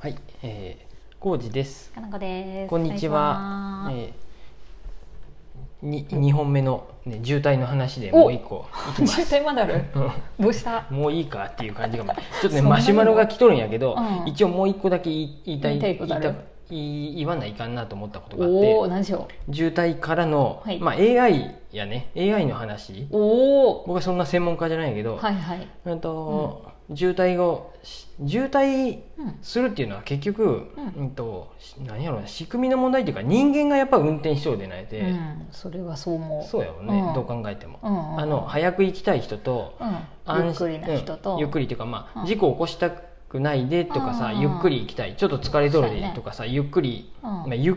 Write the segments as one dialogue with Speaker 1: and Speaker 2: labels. Speaker 1: はい、えー、浩二です。
Speaker 2: かなこです。
Speaker 1: こんにちは。
Speaker 2: こんにちは
Speaker 1: えー、に二本目のね渋滞の話でもう一個いきま
Speaker 2: 渋
Speaker 1: す。
Speaker 2: 滞まだある。
Speaker 1: う
Speaker 2: どうした？
Speaker 1: んもういいかっていう感じがちょっとね
Speaker 2: そんなに
Speaker 1: マシュマロが来とるんやけど、
Speaker 2: うん
Speaker 1: 一応もう一個だけ言い言いたい
Speaker 2: 言いたいことある
Speaker 1: 言いた言い言わないかんなと思ったことがあ
Speaker 2: おお
Speaker 1: って
Speaker 2: 何しよ
Speaker 1: 渋滞からの、
Speaker 2: はい
Speaker 1: まあ AI やね AI の話
Speaker 2: う。おお
Speaker 1: 僕はそんな専門家じゃないんやけど、
Speaker 2: はいはい。
Speaker 1: うんと渋滞をし渋滞
Speaker 2: うん
Speaker 1: するっていうのは結局、う
Speaker 2: うんん
Speaker 1: とし何やろうな仕組みの問題っていうか人間がやっぱ運転しようでないで、
Speaker 2: うんそれはそう思う。
Speaker 1: そうやもんね、
Speaker 2: うん
Speaker 1: どう考えても、
Speaker 2: うんうんうん
Speaker 1: あの早く行きたい人と
Speaker 2: うん
Speaker 1: 安
Speaker 2: ゆっくりな人と、
Speaker 1: うんゆっくりっていうかまあ、
Speaker 2: うん
Speaker 1: 事故を起こしたくないでとかさ、
Speaker 2: うんうんうん
Speaker 1: ゆっくり行きたいちょっと疲れとるでとかさ、ゆっくり、
Speaker 2: うん
Speaker 1: まあ、ゆっ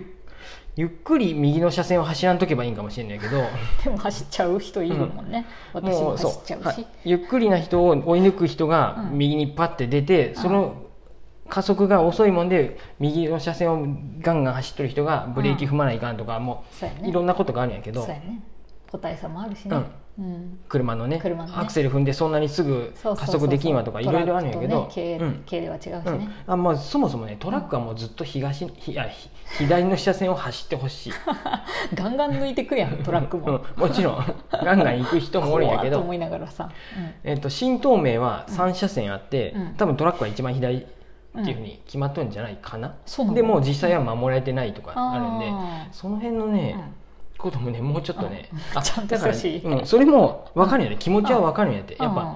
Speaker 1: ゆっくり右の車線を走らんとけばいいんかもしれないけど
Speaker 2: でも走っちゃう人いるもんね。私も走っちゃう
Speaker 1: は
Speaker 2: し
Speaker 1: い。ゆっくりな人を追い抜く人が
Speaker 2: うん
Speaker 1: 右にパッて出て、その加速が遅いもんで右の車線をガンガン走ってる人がブレーキ踏まないかんとか、も
Speaker 2: そうや
Speaker 1: う
Speaker 2: ね。
Speaker 1: いろんなことがあるんやけど、
Speaker 2: そうやね。個体差もあるしね。うん。
Speaker 1: 車のね
Speaker 2: 車のね
Speaker 1: アクセル踏んでそんなにすぐ
Speaker 2: そうそうそう
Speaker 1: 加
Speaker 2: そう
Speaker 1: 速できんわとかいろいろあるんやけど、
Speaker 2: トラック
Speaker 1: う
Speaker 2: とね
Speaker 1: ん
Speaker 2: 軽軽では違うし
Speaker 1: うん
Speaker 2: ね。
Speaker 1: あまあ、そもそもねトラックはもうずっと東に、ひあひ左の車線を走ってほし い
Speaker 2: ガンガン抜いてくやんトラックも。
Speaker 1: うんもちろんガンガン行く人もおるんや
Speaker 2: 怖
Speaker 1: け
Speaker 2: っと
Speaker 1: ど
Speaker 2: 思いながらさ。
Speaker 1: えっと新東名は3車線あって、
Speaker 2: うん
Speaker 1: 多分トラックは一番左っていうふう
Speaker 2: に。
Speaker 1: に決まっとるんじゃないかな、
Speaker 2: そうなの
Speaker 1: でもう実際は守られてないとかあるんで、
Speaker 2: あー
Speaker 1: その辺の
Speaker 2: う
Speaker 1: ね、
Speaker 2: ん
Speaker 1: こともねもうちょっとね、あ
Speaker 2: ちゃんと
Speaker 1: だから
Speaker 2: 優しい
Speaker 1: うん、それも分かるよね気持ちは分かるんやってやっ
Speaker 2: うん
Speaker 1: ぱ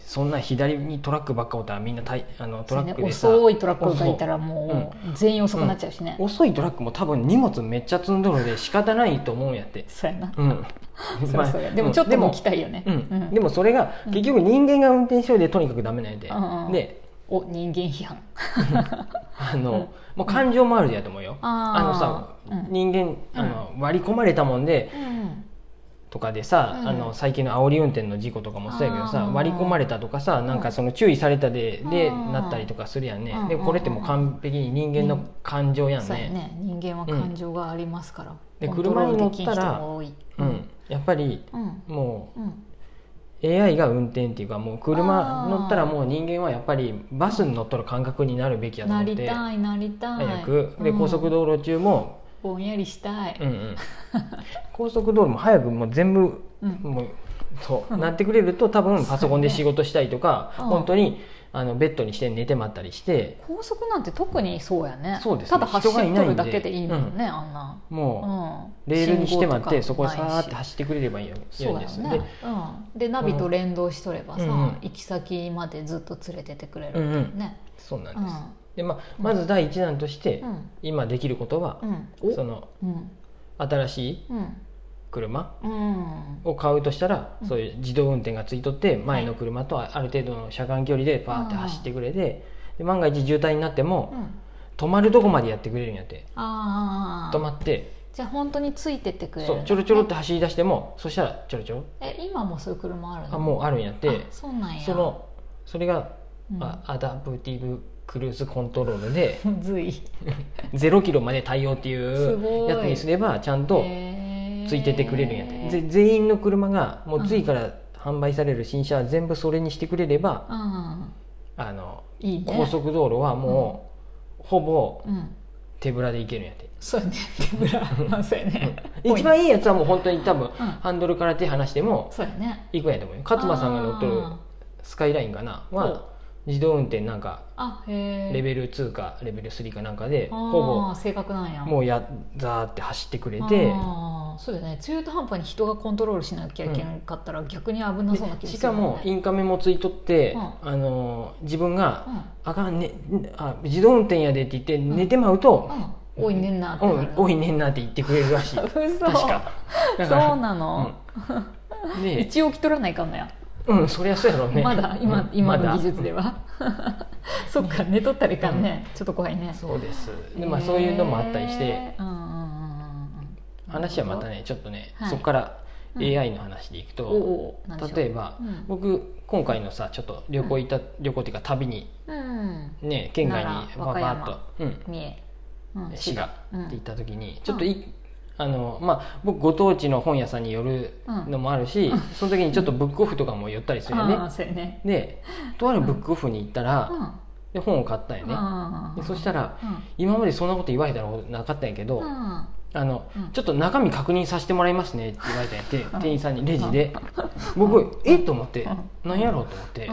Speaker 1: そんな左にトラックばっかおったらみんなたいあのトラックでさ、
Speaker 2: 遅いトラックがいたらもう全員遅くなっちゃうしね、
Speaker 1: 遅いトラックも多分荷物めっちゃ積んどるで仕方ないと思うんやって
Speaker 2: そうやな、
Speaker 1: うん
Speaker 2: そ
Speaker 1: まあ
Speaker 2: り ゃそうやでもちょっ
Speaker 1: で
Speaker 2: ともう来たいよね、
Speaker 1: う
Speaker 2: うんん
Speaker 1: でもそれが結局人間が運転しようでとにかくダメなんやで、
Speaker 2: うんうん
Speaker 1: で
Speaker 2: お人間批判
Speaker 1: あの、もう感情もあるやと思うよ、あのさ
Speaker 2: あ、ーう
Speaker 1: 人
Speaker 2: ん
Speaker 1: 間あの割り込まれたもんで
Speaker 2: うん
Speaker 1: とかでさ、
Speaker 2: うん
Speaker 1: あの最近の煽り運転の事故とかもそうやけどさ
Speaker 2: あー
Speaker 1: 割り込まれたとかさなんかその注意されたで、で
Speaker 2: うん
Speaker 1: なったりとかするやんね、
Speaker 2: うん
Speaker 1: でこれってもう完璧に人間の感情やん
Speaker 2: そうや
Speaker 1: ね,、
Speaker 2: ね人間は感情がありますから、
Speaker 1: で
Speaker 2: コントロールできん
Speaker 1: 車に乗っ
Speaker 2: 人
Speaker 1: たら
Speaker 2: も多い
Speaker 1: うんやっぱり
Speaker 2: うん
Speaker 1: もう
Speaker 2: うん、
Speaker 1: AI が運転っていうかもう車
Speaker 2: あー
Speaker 1: 乗ったらもう人間はやっぱりバスに乗っとる感覚になるべきやと
Speaker 2: な
Speaker 1: 思っ
Speaker 2: り
Speaker 1: て
Speaker 2: たいなりたい
Speaker 1: 早くで
Speaker 2: うん
Speaker 1: 高速道路中も、
Speaker 2: ぼんやりしたい
Speaker 1: うんうん、 高速道路も早くもう全部
Speaker 2: うん、
Speaker 1: もうそう、
Speaker 2: うん
Speaker 1: なってくれると多分パソコンで仕事したりとか、
Speaker 2: そうねうん
Speaker 1: 本当にあのベッドにして寝てまったりして
Speaker 2: 高速なんて特にそうやね
Speaker 1: そうですね
Speaker 2: ただ走っ
Speaker 1: 人がいな
Speaker 2: と
Speaker 1: いんで
Speaker 2: るだけでいいもんね、あんな、
Speaker 1: も
Speaker 2: う、
Speaker 1: うんレールにしてまっ
Speaker 2: 信
Speaker 1: て
Speaker 2: 号とか
Speaker 1: そこをさー
Speaker 2: ない
Speaker 1: っ
Speaker 2: して
Speaker 1: 走ってくれればいいよいい
Speaker 2: そ
Speaker 1: ん
Speaker 2: う
Speaker 1: で
Speaker 2: や
Speaker 1: す
Speaker 2: ね、うん、でナビと連動しとればさ、
Speaker 1: うんうん
Speaker 2: 行き先までずっと連れてってくれ
Speaker 1: でう
Speaker 2: る
Speaker 1: んうん、
Speaker 2: ね
Speaker 1: そうな
Speaker 2: うん
Speaker 1: です、
Speaker 2: ん
Speaker 1: でまあ、まず第一弾として、
Speaker 2: うん
Speaker 1: 今できることは
Speaker 2: う、ん
Speaker 1: その
Speaker 2: うん
Speaker 1: 新しい
Speaker 2: うん
Speaker 1: 車
Speaker 2: うん
Speaker 1: を買うとしたら、
Speaker 2: うん
Speaker 1: そういう自動運転がついとって前の車とあある程度の車間距離でパーって走ってくれて、で万が一渋滞になっても、止まるとこまでやってくれるんやって
Speaker 2: あ
Speaker 1: 止
Speaker 2: あ
Speaker 1: まって
Speaker 2: じゃあ本当についてってくれる
Speaker 1: そうちょろちょろって走り出してもそしたらちょろちょろ
Speaker 2: え今もそういう車あるの
Speaker 1: あもうあるんやって
Speaker 2: あそうなんや
Speaker 1: そのそれが、
Speaker 2: うん
Speaker 1: あアダプティブクルーズコントロールで
Speaker 2: むずい
Speaker 1: 0キロまで対応ってい
Speaker 2: す
Speaker 1: う
Speaker 2: ごい
Speaker 1: やつにすればちゃんとついてってくれるんやって、
Speaker 2: へー
Speaker 1: ぜ全員の車がもう次から販売される新車は全部それにしてくれれば、
Speaker 2: うん
Speaker 1: あの
Speaker 2: いいね
Speaker 1: 高速道路はもう、ほぼ
Speaker 2: うん
Speaker 1: 手ぶらで行けるんやって。
Speaker 2: そうやね手ぶらまあそうやね
Speaker 1: 一番いいやつはもう本当に多分、ハンドルから手離しても
Speaker 2: そうやね
Speaker 1: 行くんやと思うよ勝間さんが乗っとる
Speaker 2: あー
Speaker 1: スカイラインかなは自動運転なんか
Speaker 2: あへえ
Speaker 1: レベル2かレベル3かなんかで
Speaker 2: あ
Speaker 1: ほ
Speaker 2: あ正確なんや
Speaker 1: ぼもうやザーって走ってくれて
Speaker 2: あーそうだね中途半端に人がコントロールしなきゃいけなかったら、逆に危なそうな
Speaker 1: で
Speaker 2: 気がする、ね、
Speaker 1: しかもインカメもついとって、
Speaker 2: う
Speaker 1: あのー自分
Speaker 2: う
Speaker 1: が
Speaker 2: ん
Speaker 1: 「あかんねあ自動運転やで」って言って寝てまうと
Speaker 2: うん、多いねんな
Speaker 1: 「
Speaker 2: って
Speaker 1: う
Speaker 2: なんる
Speaker 1: おいねんな」って言ってくれるら しい確
Speaker 2: 嘘
Speaker 1: か
Speaker 2: そ
Speaker 1: だ
Speaker 2: う
Speaker 1: から
Speaker 2: なの、
Speaker 1: うんで
Speaker 2: 一応起きとらないかんのや、
Speaker 1: うんそりゃそうやろうね
Speaker 2: まだ
Speaker 1: うん
Speaker 2: 今今
Speaker 1: まだ
Speaker 2: の技術では、そっか寝とったらいかんね、ちょっと怖いね
Speaker 1: そうですで、まあ、そういうのもあったりして、
Speaker 2: へーうんうんうんうん
Speaker 1: 話はまたねちょっとね、
Speaker 2: はい
Speaker 1: そこから
Speaker 2: うん
Speaker 1: AI の話でいくと、
Speaker 2: おおお
Speaker 1: 例え
Speaker 2: ば、
Speaker 1: ば、
Speaker 2: うん
Speaker 1: 僕今回のさちょっと旅行行った、旅行っていうか旅に
Speaker 2: うん、
Speaker 1: ね県外に
Speaker 2: 奈良
Speaker 1: バ
Speaker 2: 和歌
Speaker 1: バー
Speaker 2: 山
Speaker 1: ッと、うん、
Speaker 2: 三重、うん、
Speaker 1: 滋賀
Speaker 2: う
Speaker 1: って行っ
Speaker 2: ん、
Speaker 1: た時に、ちょっとい、あのまあ、僕ご当地の本屋さんに寄るのもある し、その時にちょっとブックオフとかも寄ったりするよね
Speaker 2: ああ。そうやね
Speaker 1: でとあるブックオフに行ったら、
Speaker 2: うん
Speaker 1: で本を買ったんやね
Speaker 2: あ
Speaker 1: で
Speaker 2: ー
Speaker 1: そしたら
Speaker 2: うん
Speaker 1: 今までそんなこと言われたことなかったんやけど、
Speaker 2: うん
Speaker 1: あの
Speaker 2: うん
Speaker 1: ちょっと中身確認させてもらいますねって言われたんやて
Speaker 2: ん
Speaker 1: 店員さんにレジで僕えっと思って
Speaker 2: うん
Speaker 1: 何やろうと思って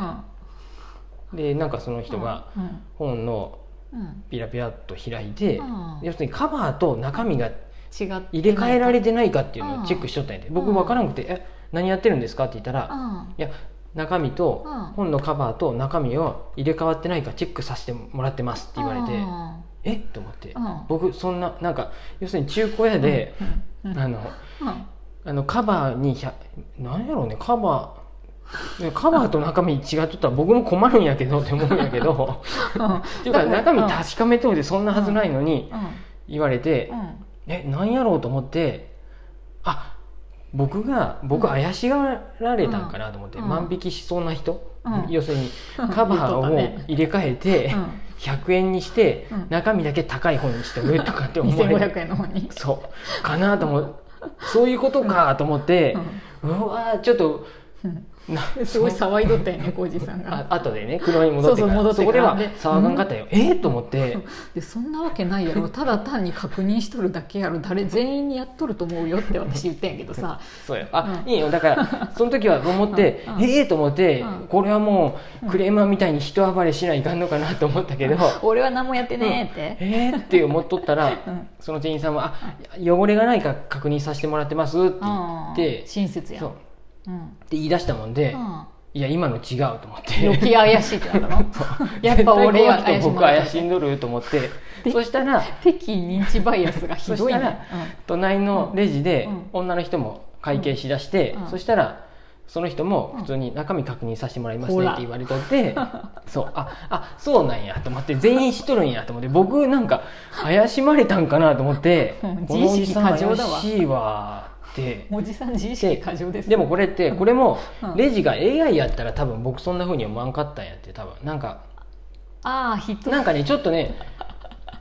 Speaker 2: うん
Speaker 1: でなんかその人が
Speaker 2: うん
Speaker 1: 本の
Speaker 2: うん
Speaker 1: ピラピラっと開いて
Speaker 2: うん
Speaker 1: 要するにカバーと中身が
Speaker 2: 違って
Speaker 1: 入れ替えられてないかっていうの
Speaker 2: う
Speaker 1: を
Speaker 2: ん
Speaker 1: チェックしとったんやて
Speaker 2: ん
Speaker 1: 僕分からなくて「え何やってるんですか?」って言った
Speaker 2: う
Speaker 1: ら
Speaker 2: ん
Speaker 1: 「いや中身と
Speaker 2: うん
Speaker 1: 本のカバーと中身を入れ替わってないかチェックさせてもらってます」って言われて「えっ?」と思って
Speaker 2: うん
Speaker 1: 僕そんななんか要するに中古屋で
Speaker 2: うん
Speaker 1: あの
Speaker 2: うん
Speaker 1: あのカバーにひゃなんやろうねカバーねカバーと中身違っとったら僕も困るんやけどって思うんやけ どっていうか中身確かめておいてそんなはずないのに
Speaker 2: う
Speaker 1: 言われて
Speaker 2: んうん
Speaker 1: えなんやろうと思ってあ僕が僕
Speaker 2: うん
Speaker 1: 怪しがられたんかなと思って
Speaker 2: うん
Speaker 1: 万引きしそうな人
Speaker 2: うん
Speaker 1: 要するにカバーを入れ替えて
Speaker 2: うん
Speaker 1: 100円にして
Speaker 2: うん
Speaker 1: 中身だけ高い方にしてるとかって思われて
Speaker 2: 2500円の方に
Speaker 1: そうかなと思うそういうことかと思って、うわーちょっと
Speaker 2: うん
Speaker 1: な
Speaker 2: うんすごい騒いどったよね浩二さん
Speaker 1: あ
Speaker 2: が
Speaker 1: 後でね車に戻ってから
Speaker 2: そうそう戻ってから
Speaker 1: そこで
Speaker 2: で
Speaker 1: は騒がんかったよ、えっ、と思って
Speaker 2: でそんなわけないやろただ単に確認しとるだけやろ誰全員にやっとると思うよって私言ったんやけどさ
Speaker 1: そうやあ、
Speaker 2: うん
Speaker 1: いいよだからその時は思って、
Speaker 2: うんうん
Speaker 1: ええと思って、
Speaker 2: うん
Speaker 1: これはも
Speaker 2: う
Speaker 1: うんクレーマーみたいに人暴れしないかんのかなと思ったけど、
Speaker 2: 俺は何もやってねえって、
Speaker 1: えーって思っとったら、
Speaker 2: うん
Speaker 1: その店員さんは「あ汚れがないか確認させてもらってます」って言って、
Speaker 2: 親切や
Speaker 1: そうっ
Speaker 2: うん、
Speaker 1: て言い出したもんで、
Speaker 2: う
Speaker 1: いや今の違うと思って
Speaker 2: ん、ロキ怪しいってなった の やっぱ俺は怪しい
Speaker 1: 僕怪しんどると思ってそしたら
Speaker 2: 敵認知バイアスがひどい
Speaker 1: そした
Speaker 2: ね、
Speaker 1: 隣のレジで
Speaker 2: うん
Speaker 1: 女の人も会計しだして、
Speaker 2: うん
Speaker 1: そしたらその人も普通に中身確認させてもらいますねって言われとって、 そうああそうなんやと思って全員知っとるんやと思って僕なんか怪しまれたんかなと思って
Speaker 2: うん
Speaker 1: このおじさん
Speaker 2: 自意識過剰だわ
Speaker 1: 怪しいわって
Speaker 2: うん、おじさん自意識過剰です
Speaker 1: でもこれってこれも
Speaker 2: うん
Speaker 1: レジが AI やったら多分僕そんな風に思わんかったんやって多分なんか
Speaker 2: ああ人
Speaker 1: なんかねちょっとね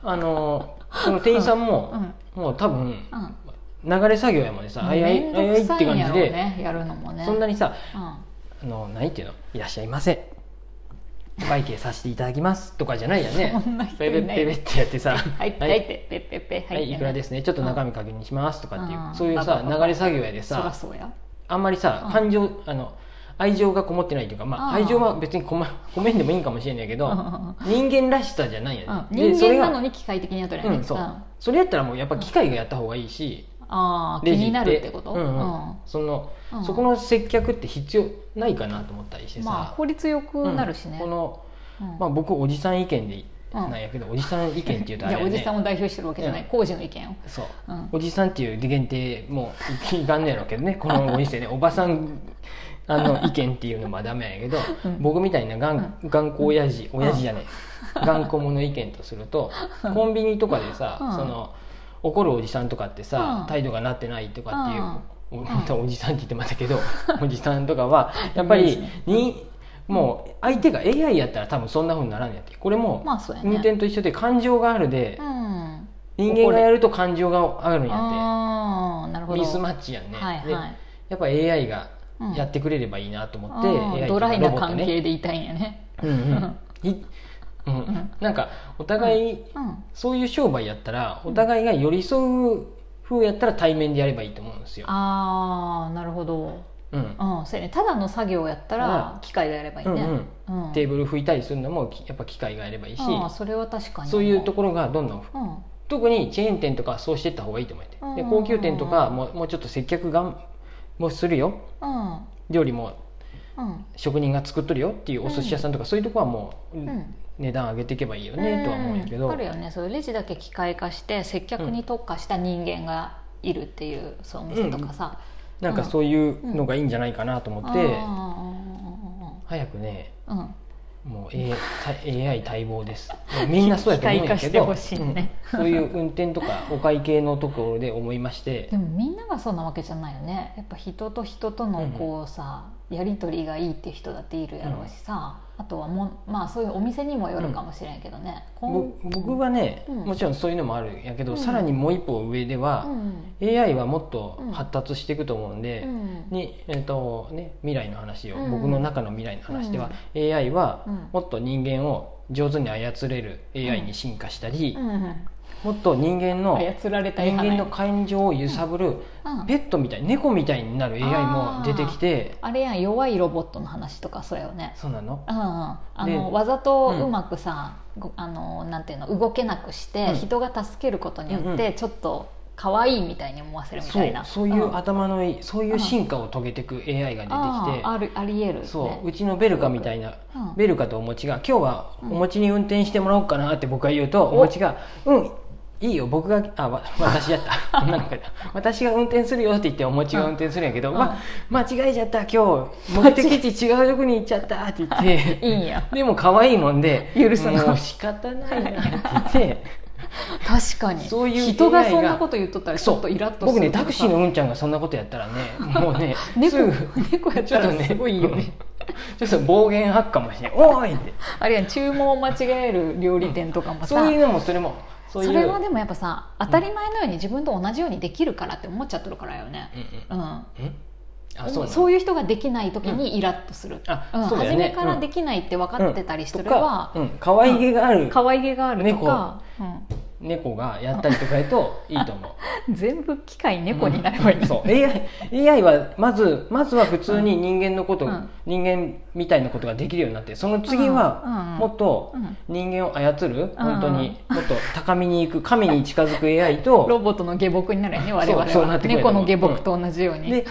Speaker 1: あのその店員さん
Speaker 2: う
Speaker 1: も
Speaker 2: ん、
Speaker 1: もう多分
Speaker 2: うん
Speaker 1: 流れ作業やもんねさ「あいあい
Speaker 2: 面
Speaker 1: あいあい」
Speaker 2: 倒
Speaker 1: っ
Speaker 2: くさ
Speaker 1: て
Speaker 2: いん
Speaker 1: 感
Speaker 2: や
Speaker 1: じ
Speaker 2: ろう
Speaker 1: で
Speaker 2: ねやるのもね
Speaker 1: そんなにさ
Speaker 2: うん
Speaker 1: 「あの何ていうのいらっしゃいませ」お会計させていただきますとかじゃないよね
Speaker 2: そんな人
Speaker 1: ペ
Speaker 2: い
Speaker 1: ペ
Speaker 2: な
Speaker 1: ペ
Speaker 2: い
Speaker 1: ペってやってさ
Speaker 2: はい
Speaker 1: は
Speaker 2: はいいってペッペッペ
Speaker 1: はいいくらですすねちょっと中身確認しますとかっていう
Speaker 2: うん
Speaker 1: そういうさ
Speaker 2: うん
Speaker 1: 流れ作業やで
Speaker 2: そら
Speaker 1: さ
Speaker 2: そうや
Speaker 1: あんまりさ
Speaker 2: うん
Speaker 1: 感情あの愛情がこもってないというかまあ
Speaker 2: うん
Speaker 1: 愛情は別にこま こめんでもいいんかもしれないけ
Speaker 2: うん
Speaker 1: ど人間らしさじゃないよね
Speaker 2: うん
Speaker 1: でそ
Speaker 2: 人
Speaker 1: れ
Speaker 2: 間
Speaker 1: が
Speaker 2: なのに機械的にやっとるや
Speaker 1: う
Speaker 2: ね
Speaker 1: んそう
Speaker 2: あ
Speaker 1: それやったらもうやっぱ機械がやった方がいいし
Speaker 2: あー
Speaker 1: レ
Speaker 2: 気
Speaker 1: ジ
Speaker 2: になるってこと
Speaker 1: うんうん
Speaker 2: うん
Speaker 1: その
Speaker 2: うん
Speaker 1: そこの接客って必要ないかなと思ったりしてさ、
Speaker 2: まあ効率よくなるしね
Speaker 1: うんこの、
Speaker 2: うん
Speaker 1: まあ、僕おじさん意見で
Speaker 2: うん
Speaker 1: なんやけど、おじさん意見って言うとあ
Speaker 2: い
Speaker 1: れ
Speaker 2: や
Speaker 1: や、ね、
Speaker 2: おじさんを代表してるわけじゃな
Speaker 1: う
Speaker 2: い工事の意見を
Speaker 1: そう
Speaker 2: うん
Speaker 1: おじさんっていう限定もういいかんねやろうけ どねこのご時世ねおばさんあの意見っていうのはダメやけど、
Speaker 2: うん
Speaker 1: 僕みたいな頑頑固親父親父じゃねえ、頑固者意見とするとコンビニとかでさ、
Speaker 2: うん
Speaker 1: その怒るおじさんとかってさ、
Speaker 2: うん
Speaker 1: 態度がなってないとかっていう、おまたおじさんって言ってましたけど、おじさんとか はやっぱ
Speaker 2: イ
Speaker 1: り
Speaker 2: メ
Speaker 1: にもう相手が AI やったら多分そんなふうにならんやってこれも
Speaker 2: まあそうやね
Speaker 1: 運転と一緒で感情があるで
Speaker 2: う、ん
Speaker 1: 人間がやると感情があるんや
Speaker 2: あーなる
Speaker 1: っ
Speaker 2: ほ
Speaker 1: て
Speaker 2: ど
Speaker 1: ミスマッチやんね、
Speaker 2: はい
Speaker 1: で
Speaker 2: はい
Speaker 1: やっぱ AI が
Speaker 2: うん
Speaker 1: やってくれればいいなと思って、
Speaker 2: あー
Speaker 1: AI
Speaker 2: ドライな
Speaker 1: とかロボット
Speaker 2: 関
Speaker 1: ね
Speaker 2: 係でいたいんやね
Speaker 1: うんうん いうん
Speaker 2: ん
Speaker 1: なんかお互い、
Speaker 2: うん
Speaker 1: そういう商売やったらお互いが寄り添う風やったら対面でやればいいと思うんですよ、
Speaker 2: ああなるほど
Speaker 1: うん
Speaker 2: うんそうやねただの作業やった
Speaker 1: う
Speaker 2: ら機械がやればいいね
Speaker 1: うんうん
Speaker 2: うん
Speaker 1: テーブル拭いたりするのもきやっぱ機械がやればいいし
Speaker 2: ああそれは確かに
Speaker 1: そういうところがどんどん
Speaker 2: うん
Speaker 1: 特にチェーン店とかはそうしていった方がいいと思って
Speaker 2: うんうん
Speaker 1: で
Speaker 2: うん
Speaker 1: 高級店とかもうもうちょっと接客がんもするよ
Speaker 2: うん
Speaker 1: 料理も
Speaker 2: うん
Speaker 1: 職人が作っとるよっていうお寿司屋さんとかそういうとこはもう
Speaker 2: うん
Speaker 1: 値段上げていけばいいよねとは思うんやけど
Speaker 2: あるよねそういうレジだけ機械化して接客に特化した人間がいるっていうそうお店とかさ
Speaker 1: なんかそういうのがいいんじゃないかなと思って
Speaker 2: あ
Speaker 1: 早くね
Speaker 2: ーうんうんうんうんうん
Speaker 1: もう A- た AI 待望ですもうみんなそうやと思うんやけど
Speaker 2: 機械化してほしいね
Speaker 1: うんそういう運転とかお会計のところで思いまして
Speaker 2: でもみんながそんなわけじゃないよねやっぱ人と人とのこうさ、やり取りがいいっていう人だっているやろうしさ、あとはもうまあそういうお店にもよるかもしれんけどね、こん
Speaker 1: ぼ僕はね、
Speaker 2: うん
Speaker 1: もちろんそういうのもあるんやけど、
Speaker 2: うん
Speaker 1: さらにもう一歩上で
Speaker 2: う
Speaker 1: は、
Speaker 2: ん
Speaker 1: AI はもっと発達していくと思うん
Speaker 2: う
Speaker 1: で、
Speaker 2: ん
Speaker 1: にえーとね、未来の話を、
Speaker 2: うん
Speaker 1: 僕の中の未来の話では、AI は
Speaker 2: うん
Speaker 1: もっと人間を上手に操れる AI に進化したり、
Speaker 2: うんうん
Speaker 1: もっと人間の
Speaker 2: 操られたい
Speaker 1: 人間
Speaker 2: 花
Speaker 1: の感情を揺さぶる
Speaker 2: うん
Speaker 1: ペットみたい猫みたいになる AI も出てきて
Speaker 2: あれやん弱いロボットの話とかそれよね
Speaker 1: そうなの
Speaker 2: うんうんあ
Speaker 1: で
Speaker 2: のわざとうまくさ、ごあのなんていうの動けなくして、
Speaker 1: うん
Speaker 2: 人が助けることによ
Speaker 1: う
Speaker 2: っ
Speaker 1: んう
Speaker 2: てちょっと可愛いみたいに思わせるみ
Speaker 1: そ
Speaker 2: たいうな
Speaker 1: そういう
Speaker 2: あ
Speaker 1: 頭のいいそういう進化を遂げていく AI が出てきて
Speaker 2: あるありえる、ね、
Speaker 1: そううちのベルカみたいな
Speaker 2: うん
Speaker 1: ベルカとお餅が今日はお
Speaker 2: うん
Speaker 1: 餅に運転してもらおうかなって僕が言うと
Speaker 2: お
Speaker 1: お餅が「うんいいよ僕があわ私やった 女の子だ私が運転するよ」って言ってお餅が運転するんやけど「
Speaker 2: うん
Speaker 1: ま、間違えちゃった今日目的地違うとこに行っちゃった」って言って
Speaker 2: いい んや
Speaker 1: でも可愛いもんで
Speaker 2: 許さない
Speaker 1: もう仕方ないなって言って
Speaker 2: 確かに
Speaker 1: そういう
Speaker 2: 人が
Speaker 1: AI が
Speaker 2: そんなこと言っとったらちょっとイラッとする
Speaker 1: 僕ねタクシーの
Speaker 2: の
Speaker 1: うんちゃんがそんなことやった らねもうねす
Speaker 2: 猫
Speaker 1: ぐ
Speaker 2: 猫やっ
Speaker 1: ちょ
Speaker 2: た
Speaker 1: っと
Speaker 2: ら
Speaker 1: ね
Speaker 2: すごいいいよね
Speaker 1: ちょっと暴言吐くかもしれない「おい!」って
Speaker 2: あれやん注文を間違える料理店とかもさ、
Speaker 1: そういうのもそれもそういう
Speaker 2: それはでもやっぱさ当たり前のように自分と同じようにできるからって思っちゃってるからよね、
Speaker 1: うんうん
Speaker 2: うん、
Speaker 1: んあ
Speaker 2: そ
Speaker 1: そううなの
Speaker 2: いう人ができない時にイラッとする、うん
Speaker 1: あそうだよ
Speaker 2: 初
Speaker 1: ね
Speaker 2: めからできないって分かってたりし
Speaker 1: と
Speaker 2: てれ
Speaker 1: か
Speaker 2: ば、
Speaker 1: うん、可愛げがある
Speaker 2: 可愛げがあるとか、
Speaker 1: 猫がやったりとかやるといいと思う
Speaker 2: うん全部機械猫になればいい、
Speaker 1: うんそう AI, AI はまずまずは普通に人間のこと、
Speaker 2: うん
Speaker 1: 人間みたいなことができるようになってその次はもっと
Speaker 2: うん
Speaker 1: 人間を操る、本当に
Speaker 2: うん
Speaker 1: もっと高みに行く神に近づく AI と
Speaker 2: ロボットの下僕になるよね我々は
Speaker 1: そうそうなってくる
Speaker 2: 猫の下僕と同じように、
Speaker 1: で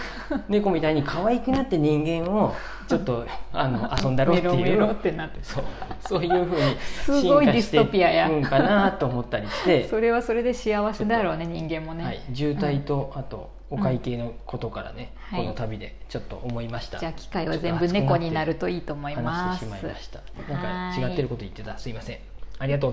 Speaker 1: 猫みたいに可愛くなって人間をちょっとあの遊んだろうっ
Speaker 2: メ
Speaker 1: ていう
Speaker 2: ロメロってなって
Speaker 1: そうそういうふうに
Speaker 2: すごいディストピアや
Speaker 1: 進化していくんかなと思ったりして
Speaker 2: それはそれで幸せだろうね人間もね、
Speaker 1: はい、渋滞と、あとお会計のことからね、
Speaker 2: うん
Speaker 1: この旅でちょっと思いました、
Speaker 2: じゃあ機械は全部猫になるといいと思いま
Speaker 1: 話し
Speaker 2: す
Speaker 1: てしまいましたなんか違ってること言ってたすいませんありがとうございました